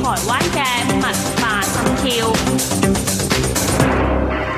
嘅文化心跳。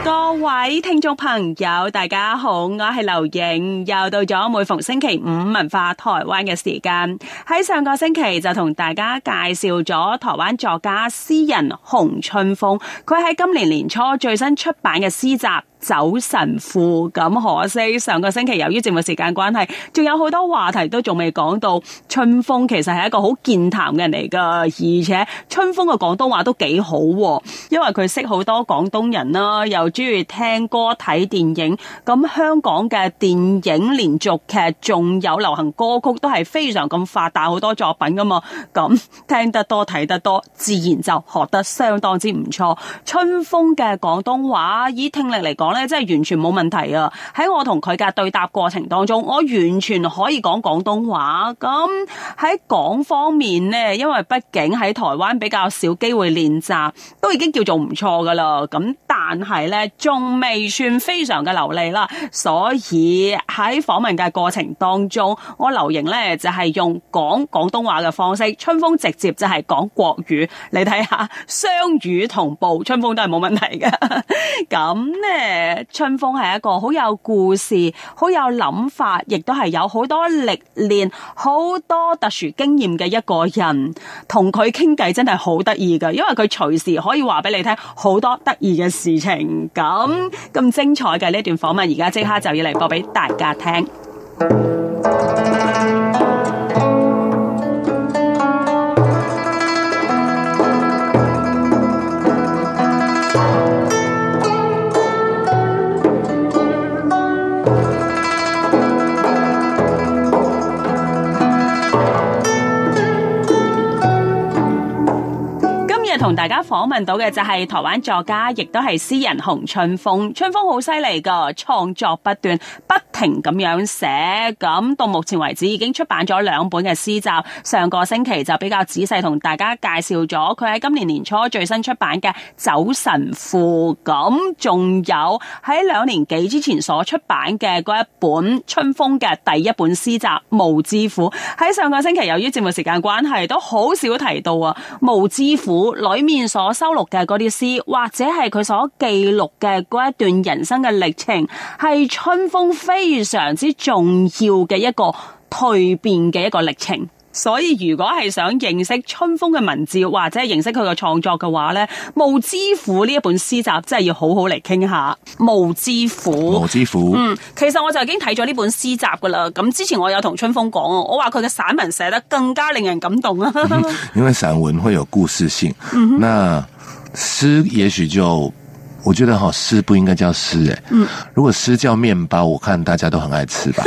各位聽眾朋友，大家好，我係劉影，又到咗每逢星期五文化台灣嘅時間。喺上個星期就同大家介紹咗台灣作家詩人洪春峰，佢喺今年年初最新出版嘅詩集《酒神父》。咁可惜上個星期由於節目時間關係，仲有好多話題都仲未講到。春峰其實係一個好健談嘅人嚟㗎，而且春峰嘅廣東話都幾好喎、因為佢識好多廣東人啦，又中意聽歌睇電影。咁香港嘅電影連續劇仲有流行歌曲都係非常咁發達，好多作品㗎嘛。咁聽得多睇得多，自然就學得相當之唔錯。春峰嘅廣東話以聽力嚟講呢，真係完全冇問題啊！喺我同佢嘅對答過程當中，我完全可以講廣東話。咁喺講方面呢，因為畢竟喺台灣比較少機會練習，都已經叫做唔錯噶啦。咁但係呢，仲未算非常嘅流利啦。所以喺訪問嘅過程當中，我劉瑩呢就係、用講廣東話嘅方式，春峰直接就係講國語。你睇下，雙語同步，春峰都係冇問題嘅。 咁咧，春峰係一個好有故事、好有諗法，亦都係有好多歷練、好多特殊經驗嘅一個人。同佢傾偈真係好得意㗎，因為佢隨時可以話俾你聽好多得意嘅事情。咁咁精彩嘅呢段訪問，而家即刻就要嚟播俾大家聽。今日同大家訪問到嘅就係台灣作家，亦都係詩人洪春峰。春峰好犀利噶，創作不斷，不停咁樣寫。咁到目前為止已經出版咗兩本嘅詩集。上個星期就比較仔細同大家介紹咗佢喺今年年初最新出版嘅《酒神父》。咁仲有喺兩年幾之前所出版嘅嗰一本春峰嘅第一本詩集《無知府》。喺上個星期由於節目時間關係，都好少提到啊。《無知府》裏面所收錄嘅嗰啲詩，或者係佢所記錄嘅嗰一段人生嘅歷程，係春風非常之重要嘅一個蛻變嘅一個歷程。所以如果係想認識春風嘅文字，或者係認識佢嘅創作嘅話呢，《無知府》呢一本詩集真係要好好嚟傾下《無知府》。羅之虎，嗯，其實我就已經睇咗呢本詩集噶啦。咁之前我有同春風講，我話佢嘅散文寫得更加令人感動啊。 因為散文會有故事性，嗯那詩也許就。我覺得哈，詩不應該叫詩誒、嗯如果詩叫麵包，我看大家都很愛吃 吧。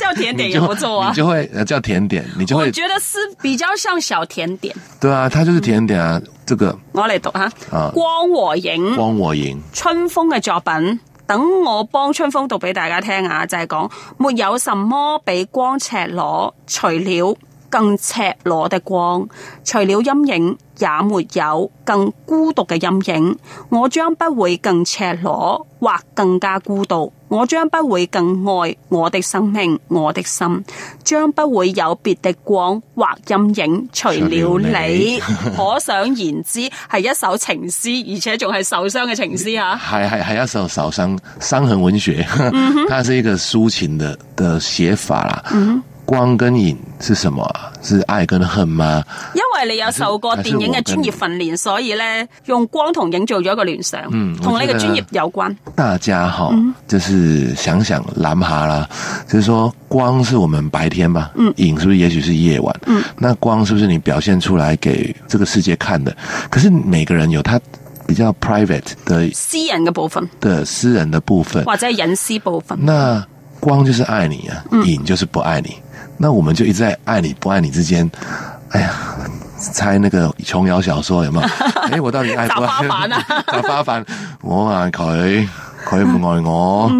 叫甜點你也就不錯啊你。就會呃叫甜點，你就我會覺得詩比較像小甜點。對啊，它就是甜點嗯啊。這個我嚟讀下，啊光和影光我贏，春風嘅作品。等我幫春風讀俾大家聽啊，就係、講沒有什麼比光赤裸，除了更赤裸的光，除了陰影，也沒有更孤獨嘅陰影。我將不會更赤裸或更加孤獨，我將不會更愛我的生命，我的心將不會有別的光或陰影，除了除了你你。 可想而知，係一首情詩，而且仲係受傷嘅情詩啊！ 還還還要少少傷傷痕文學，嗯 它是一個抒情的的寫法啦。光跟影是什麼啊？是愛跟恨嗎？因為你有受過電影嘅專業訓練，所以咧用光同影做咗一個聯想，嗯同我你覺得嘅專業有關。大家哈，就是想想蓝哈啦，就是说光是我们白天吧，嗯，影是不是也许是夜晚？嗯，那光是不是你表现出来给这个世界看的？可是每个人有他比较 private 的私人嘅部分的私人的部分，或者係隱私部分，那光就是爱你啊，影就是不爱你。那我们就一直在爱你不爱你之间，哎呀，猜那個瓊瑤小說有冇？哎、我到底愛不雜愛？花飯 啊雜花飯，我愛佢，佢唔愛我，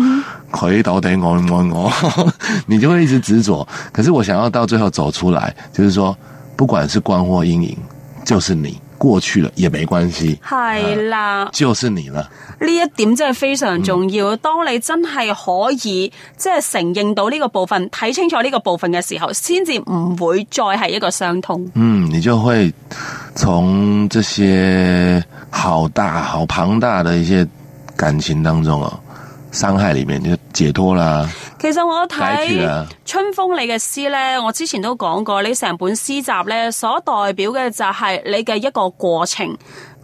佢到底愛唔愛我？ 你就會一直執着。可是我想要到最後走出來，就是說，不管是光或陰影，就是你過去了也沒關係，係啦。就是你了。呢一點真係非常重要。當你真係可以即係承認到呢個部分，睇清楚呢個部分嘅時候，先至唔會再係一個傷痛。嗯，你就會从这些好大、好庞大的一些感情当中哦，伤害里面就解脱啦，其實我解啊脱睇啦。春風你嘅詩呢，我之前都講過，你成本詩集呢所代表嘅就係你嘅一個過程，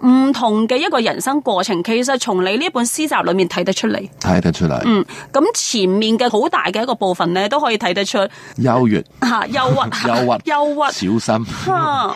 唔同嘅一個人生過程。其實從你呢本詩集裏面睇得出嚟，睇得出来，嗯，咁前面嘅好大嘅一個部分呢，都可以睇得出 優越、吓憂鬱、憂鬱憂鬱。小心，啊，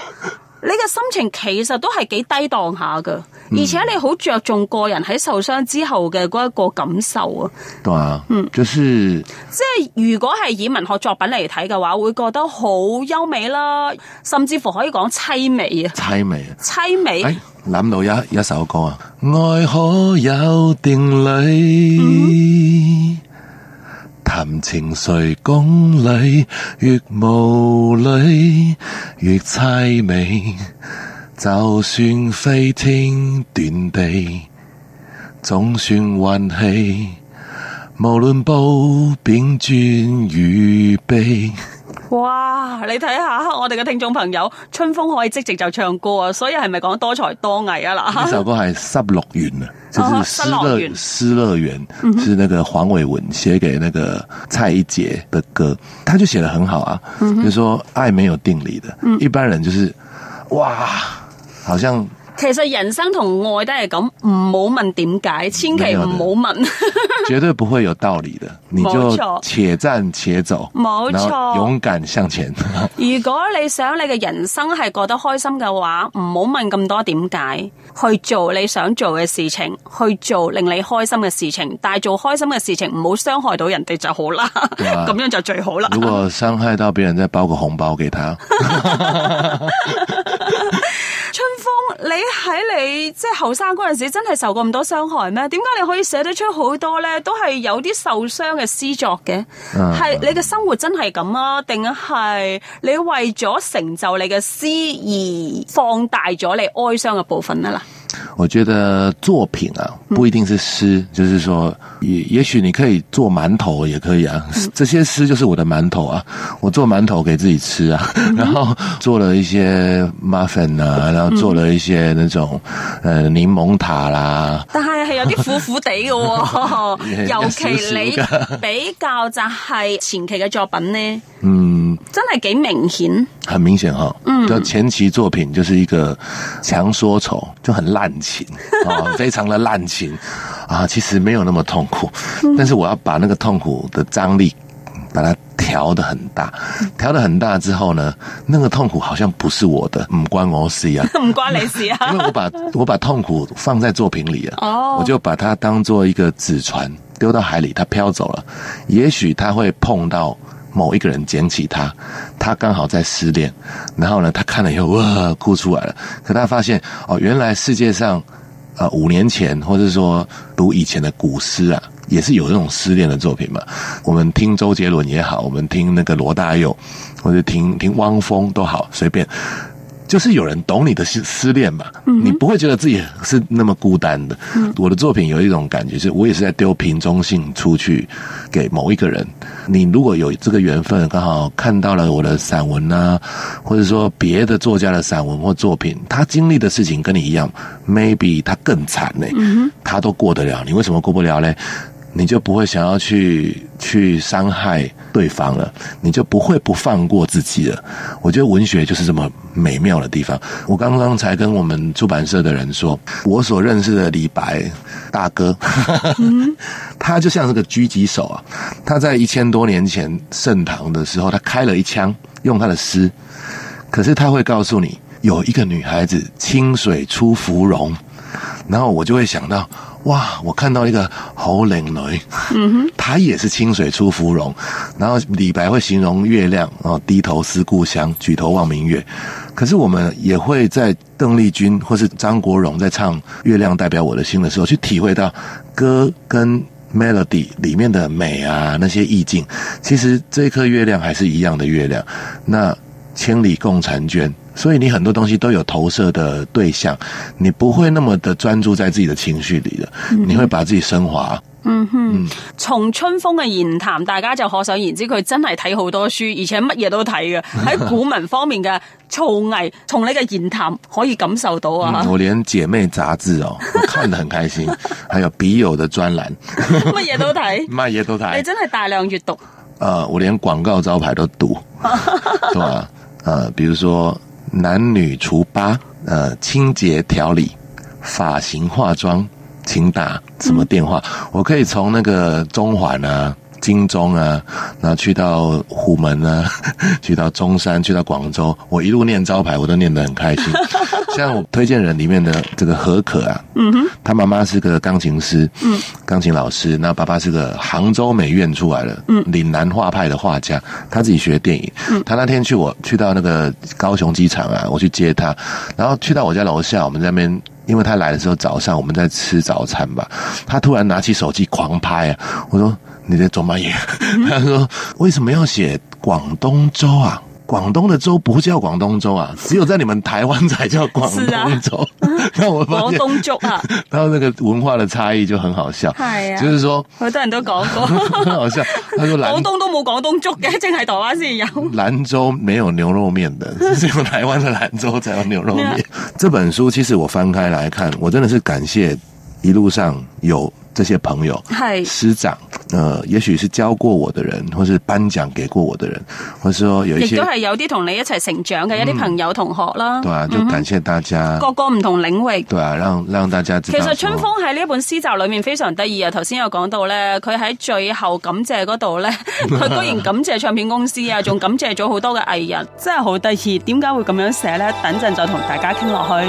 你嘅心情其實都係幾低檔下噶，嗯而且你好着重個人喺受傷之後嘅嗰一個感受啊。对啊，嗯，就是即係如果係以文學作品嚟睇嘅話，會覺得好優美啦，甚至乎可以講凄美啊，凄美啊。凄美。哎，諗到一一首歌啊，愛可有定理，談情誰講理，越無理越凄美。就算飛天斷地，總算運氣。無論褒貶尊與卑，哇！你睇下我哋嘅聽眾朋友，春風可以即席就唱歌啊，所以係咪講多才多藝啊呢嗱？首歌係《失樂園》啊，就哦是失失樂樂園失樂園，是那个黄伟文写给那个蔡一杰的歌，他就写的很好啊，就说爱没有定理的，一般人就是哇，好像其實人生同愛都係咁，唔好問點解，千祈唔好問。绝对不会有道理的，你没就错且战且走，没然错后勇敢向前。 如果你想你嘅人生係過得開心嘅話，唔好問咁多點解，去做你想做嘅事情，去做令你開心嘅事情，但係做開心嘅事情唔好傷害到人哋就好啦，對 啊咁樣就最好啦。如果伤害到别人，再包个红包给他，春風，你喺你即係後生嗰陣時，真係受過咁多傷害咩？點解你可以寫得出好多呢？都係有啲受傷嘅詩作嘅，嗯係、你嘅生活真係咁啊？定係你為咗成就你嘅詩而放大咗你哀傷嘅部分啊？嗱。我觉得作品啊，不一定是诗，就是说，也也许你可以做馒头也可以啊。这些诗就是我的馒头啊，我做馒头给自己吃啊，然后做了一些 muffin 啊，然后做了一些那种呃柠檬塔啦，但係係有啲苦苦地嘅喎，尤其你 有少少比較就係前期嘅作品呢，嗯，真係幾明顯。 很明显哈、嗯，就前期作品就是一个强说愁，就很滥情 啊，非常的滥情啊，其实没有那么痛苦，但是我要把那个痛苦的张力把它调得很大，调得很大之后呢，那个痛苦好像不是我的，嗯，关我事啊。唔關你事啊！ 因为我把我把痛苦放在作品里啊，哦我就把它当做一个纸船丢到海里，它飘走了。也许它会碰到某一个人捡起它，他刚好在失恋，然后呢，他看了以后哇哭出来了，可他发现哦，原来世界上呃五年前或者说读以前的古诗啊。也是有这种失恋的作品嘛？我们听周杰伦也好，我们听那个罗大佑，或者听听汪峰都好，随便。就是有人懂你的失失恋嘛，你不会觉得自己是那么孤单的。我的作品有一种感觉，是我也是在丢瓶中信出去给某一个人。你如果有这个缘分，刚好看到了我的散文啊，或者说别的作家的散文或作品，他经历的事情跟你一样，maybe 他更惨呢、他都过得了，你为什么过不了嘞？你就不会想要去去伤害对方了，你就不会不放过自己了。我觉得文学就是这么美妙的地方。我刚刚才跟我们出版社的人说，我所认识的李白大哥， 他就像是个狙击手啊。他在一千多年前盛唐的时候，他开了一枪，用他的诗，可是他会告诉你，有一个女孩子清水出芙蓉。然后我就会想到，哇，我看到一个侯领女，她也是清水出芙蓉。然后李白会形容月亮哦，低头思故乡，举头望明月。可是我们也会在邓丽君或是张国荣在唱《月亮代表我的心》的时候，去体会到歌跟 melody 里面的美啊，那些意境。其实这一颗月亮还是一样的月亮，那千里共婵娟。所以你很多东西都有投射的对象，你不会那么的专注在自己的情绪里的，你会把自己升华。嗯哼，從春風嘅言談，大家就可想而知，佢真係睇好多書，而且乜嘢都 睇嘅。喺古文方面嘅造詣，從你嘅言談可以感受到啊！嗯我连姐妹杂志哦，我看得很开心，还有笔友的专栏， 乜嘢都 睇，卖耶都台你。真係大量閱 讀。呃，我连广告招牌都读，对吧？呃，比如说男女除疤，呃，清洁调理，发型化妆，请打什么电话？我可以从那个中环啊。金钟啊，然后去到虎门啊， 去到中山，去到广州，我一路念招牌，我都念得很开心。 像我推荐人里面的这个何可啊，嗯哼，他妈妈是个钢琴师，嗯，钢琴老师，那爸爸是个杭州美院出来的，嗯，岭南画派的画家，他自己学电影，嗯，他那天去我去到那个高雄机场啊，我去接他，然后去到我家楼下，我们在那边。因为他来的时候早上我们在吃早餐吧，他突然拿起手机狂拍啊！我说你在做乜嘢？ 他说为什么要写广东粥啊？广东的粥不叫广东粥啊， 只有在你们台湾才叫广是啊东粥。 那我发廣现，東粥啊，然后那个文化的差异就很好笑，係啊就 是说好多人都講過， 很好笑。他说兰廣東都冇廣東粥嘅，淨係台灣先 有。兰州没有牛肉面的，只有台湾的兰州才有牛肉面对。这本书其实我翻开来看，我真的是感谢一路上有这些朋友。係，师长，呃，也许是教过我的人，或是颁奖给过我的人，或是说有一亦些都，係有啲同你一齊成長嘅一啲朋友同學啦对，嗯啊，就感谢大家，各個唔同領域。对啊，让让大家知其道说。實春風喺呢一本詩集裏面非常得意啊！頭先有講到咧，佢喺最後感謝嗰度 咧，佢居然感謝唱片公司啊，仲感謝咗好多嘅藝人，真係好得意。點解會咁樣寫呢？等陣再同大家傾落去。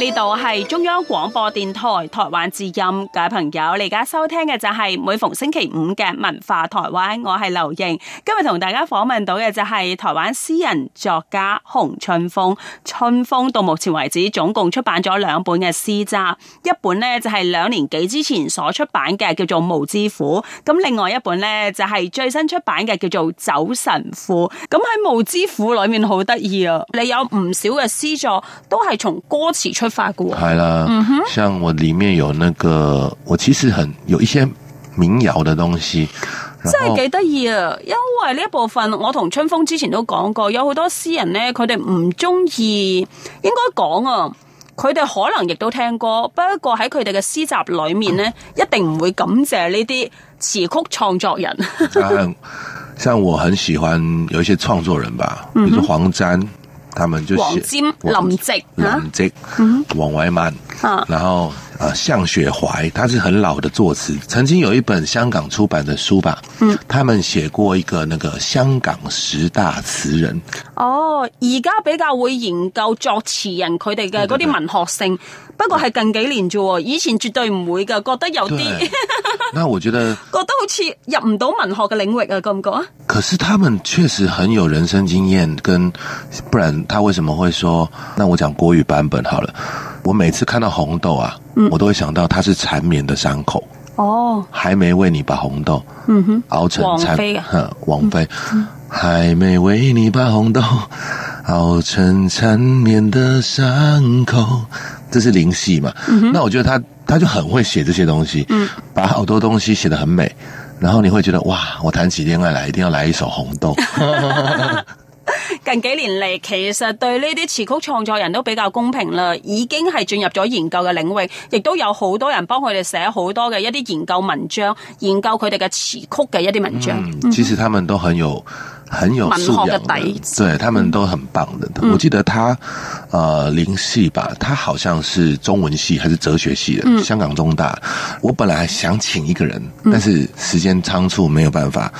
呢度係中央廣播電台台灣之音，各位朋友，你而家收聽嘅就係每逢星期五嘅文化台灣，我係劉瑩。今日同大家訪問到嘅就係台灣詩人作家洪春風。春風到目前為止總共出版咗兩本嘅詩集，一本呢就係兩年幾之前所出版嘅叫做《無知府》，咁另外一本呢就係最新出版嘅叫做《走神父》。咁喺《無知府》裏面好得意啊，你有唔少嘅詩作都係從歌詞出發嘅喎。海啦，嗯像我里面有那个，我其实很有一些民谣的东西，然真后係幾得意啊！因為呢一部分，我同春風之前都講過，有好多詩人呢，佢哋唔中意，應該講啊，佢哋可能亦都聽歌，不過喺佢哋嘅詩集裏面呢，一定唔會感謝呢啲詞曲創作人。像像我很喜欢有一些创作人吧，嗯比如说黄沾，他们就黃写霑、林夕啊林夕、王维曼，啊然后呃向雪怀，他是很老的作词，曾经有一本香港出版的书吧，嗯，他们写过一个那个香港十大词人，哦，而家比較會研究作詞人佢哋嘅嗰啲文學性，不過係近幾年啫喎，以前絕對唔會嘅，覺得有啲对覺，那我覺得。得好似入唔到文學嘅領域啊，覺唔覺啊？可是他们确实很有人生经验，跟不然他为什么会说？那我讲国语版本好了。我每次看到红豆啊，我都会想到它是缠绵的伤口，哦，还没为你把红豆，嗯哼，熬成缠王菲啊哼王菲，还没为你把红豆熬成缠绵的伤口，这是林夕嘛？那我觉得他他就很会写这些东西，嗯，把好多东西写得很美。然后你会觉得哇，我谈起恋爱来一定要来一首《红豆》，近幾年嚟，其實對呢啲詞曲創作人都比較公平啦，已經係進入咗研究嘅領域，亦都有好多人幫佢哋寫好多嘅一啲研究文章，研究佢哋嘅詞曲嘅一啲文章。嗯，其实他们都很有很有素文养化的底子对他们都很棒的。我记得他呃林系吧，他好像是中文系还是哲学系的，香港中大。我本来想请一个人，但是时间仓促没有办法。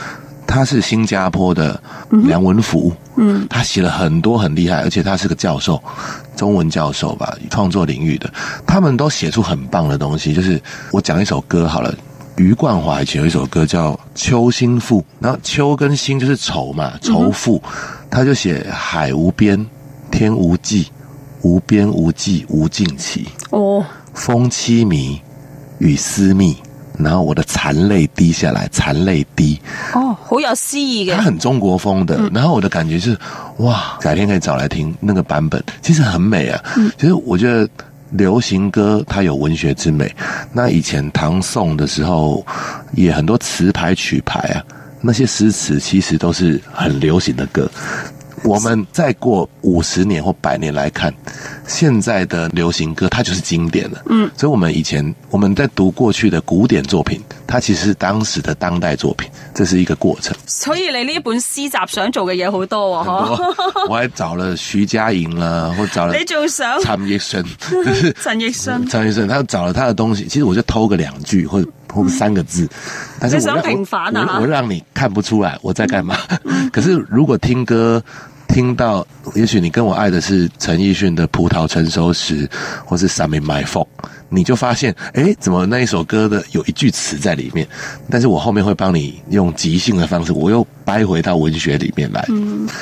他是新加坡的梁文福，嗯，他写了很多很厉害，而且他是个教授，中文教授吧，创作领域的，他们都写出很棒的东西。就是我讲一首歌好了，余冠华以前有一首歌叫《秋心赋》，然后秋跟心就是愁嘛，愁赋，他就写海无边，天无际，无边无际无尽期，哦，风凄迷与私密，然后我的残泪滴下来，残泪滴，哦，好有詩意它嘅，很中国风的。然后我的感觉是，哇，改天可以找来听那个版本，其实很美啊。其实我觉得。流行歌它有文学之美，那以前唐宋的时候也很多词牌曲牌啊，那些诗词其实都是很流行的歌。我们再过五十年或百年来看，现在的流行歌它就是经典了。嗯，所以我们以前我们在读过去的古典作品，它其实是当时的当代作品，这是一个过程。所以你呢本詩集想做嘅嘢好多啊，很嗬，多， 我还找了徐佳莹啦，或找了你仲想 陈奕迅，就是陳奕 迅，陈奕迅，他找了他的东西，其实我就偷个两句或者或者三个字，但是嗯我你想让平凡啊嗯我我我让你看不出来我在干嘛。 可是如果听歌。听到，也许你跟我爱的是陈奕迅的《葡萄成熟时》，或是《Some in My Phone》，你就发现，哎，怎么那一首歌的有一句词在里面？但是我后面会帮你用即兴的方式，我又掰回到文学里面来。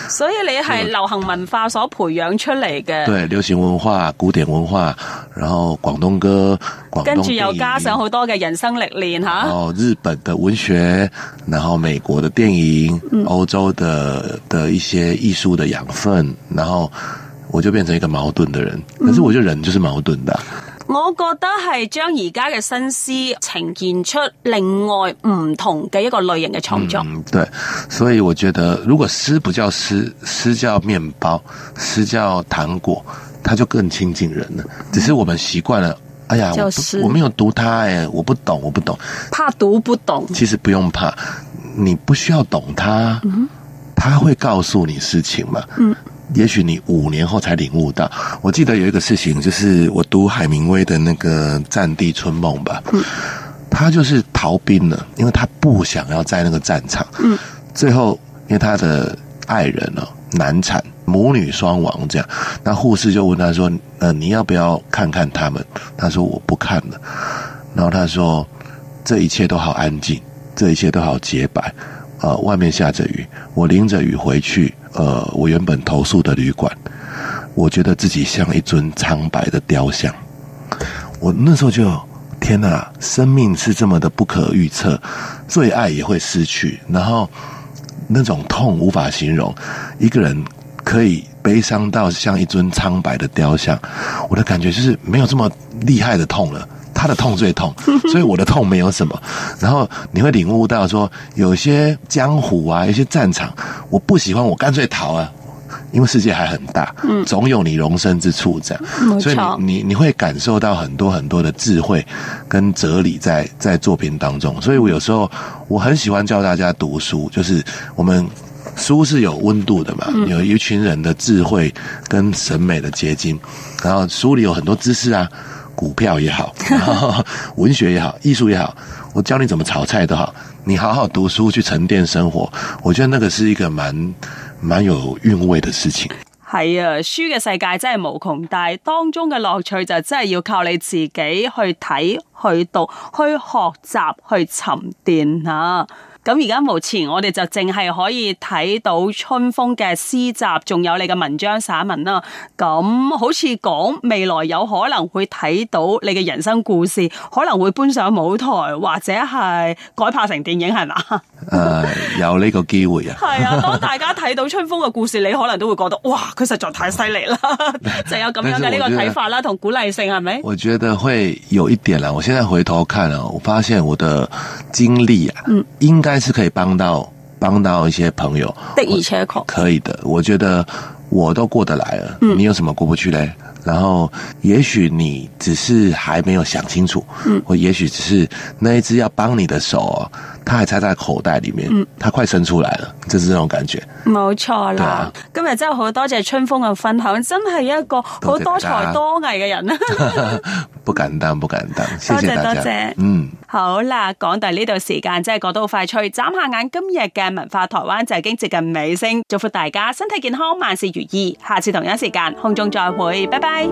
所以你係流行文化所培養出嚟嘅，对，流行文化、古典文化，然后广东歌、广跟东住又电影加上好多嘅人生歷練吓。然后日本的文学，然后美国的电影，欧洲的的一些艺术的养分，然后我就变成一个矛盾的人。可是我觉得人就是矛盾的啊、我覺得係將而家嘅新詩呈現出另外唔同嘅一個類型嘅創作。嗯，对，所以我觉得，如果诗不叫诗，诗叫面包，诗叫糖果，它就更亲近人了。只是我们习惯了，哎呀，叫我诗不我没有读它，哎，我不懂，我不懂。怕讀不懂，其实不用怕，你不需要懂它，它会告诉你事情嘛。嗯，也许你五年后才领悟到。我记得有一个事情，就是我读海明威的那个《战地春梦》吧，他就是逃兵了，因为他不想要在那个战场。嗯，最后因为他的爱人哦难产，母女双亡这样，那护士就问他说：“呃，你要不要看看他们？”他说：“我不看了。”然后他说：“这一切都好安静，这一切都好洁白。呃，外面下着雨，我淋着雨回去。呃，我原本投宿的旅馆，我觉得自己像一尊苍白的雕像。我那时候就天哪，生命是这么的不可预测，最爱也会失去，然后那种痛无法形容，一个人可以悲伤到像一尊苍白的雕像，我的感觉就是没有这么厉害的痛了。他的痛最痛，所以我的痛没有什么。然后你会领悟到说，有些江湖啊，有些战场，我不喜欢，我干脆逃啊，因为世界还很大，总有你容身之处，这样。冇所以錯。你你你会感受到很多很多的智慧跟哲理在在作品当中。所以我有时候我很喜欢教大家读书，就是我们。书是有温度的嘛，有一群人的智慧跟审美的结晶，然后书里有很多知识啊，股票也好，然后文学也好，艺术也好，我教你怎么炒菜都好，你好好读书去沉淀生活，我觉得那个是一个蛮蛮有韵味的事情。係啊，書嘅世界真係無窮大，當中嘅樂趣就真係要靠你自己去睇、去讀、去學習、去沉澱吓。咁而家目前我哋就淨係可以睇到春風嘅詩集，仲有你嘅文章散文啦。咁好似講未來有可能會睇到你嘅人生故事，可能會搬上舞台，或者係改拍成電影，係嘛？呃，有呢个机会啊。係 啊，當大家睇到春風嘅故事，你可能都會覺得哇，佢實在太犀利啦， 就有咁樣嘅呢個睇法啦，同鼓勵性係咪？我觉得会有一点啦。我现在回头看啊，我发现我的经历啊，嗯，应该是可以帮到帮到一些朋友，的而且確，可以的。我觉得我都过得来了，你有什么过不去嘞？然后，也许你只是还没有想清楚，嗯，或也许只是那一只要帮你的手、哦，它还插在口袋里面，嗯，它快伸出来了，就是这种感觉。 冇錯對啦啊。今日真係好多謝春風嘅分享，真係一個好多才多藝嘅人 啦。不敢当，不敢当，谢谢多謝大多家。謝嗯。好啦，講到呢度時間真係過得好快脆，眨下眼今日嘅文化台灣就已經接近尾聲，祝福大家身體健康，萬事如意。下次同一時間空中再會，拜拜。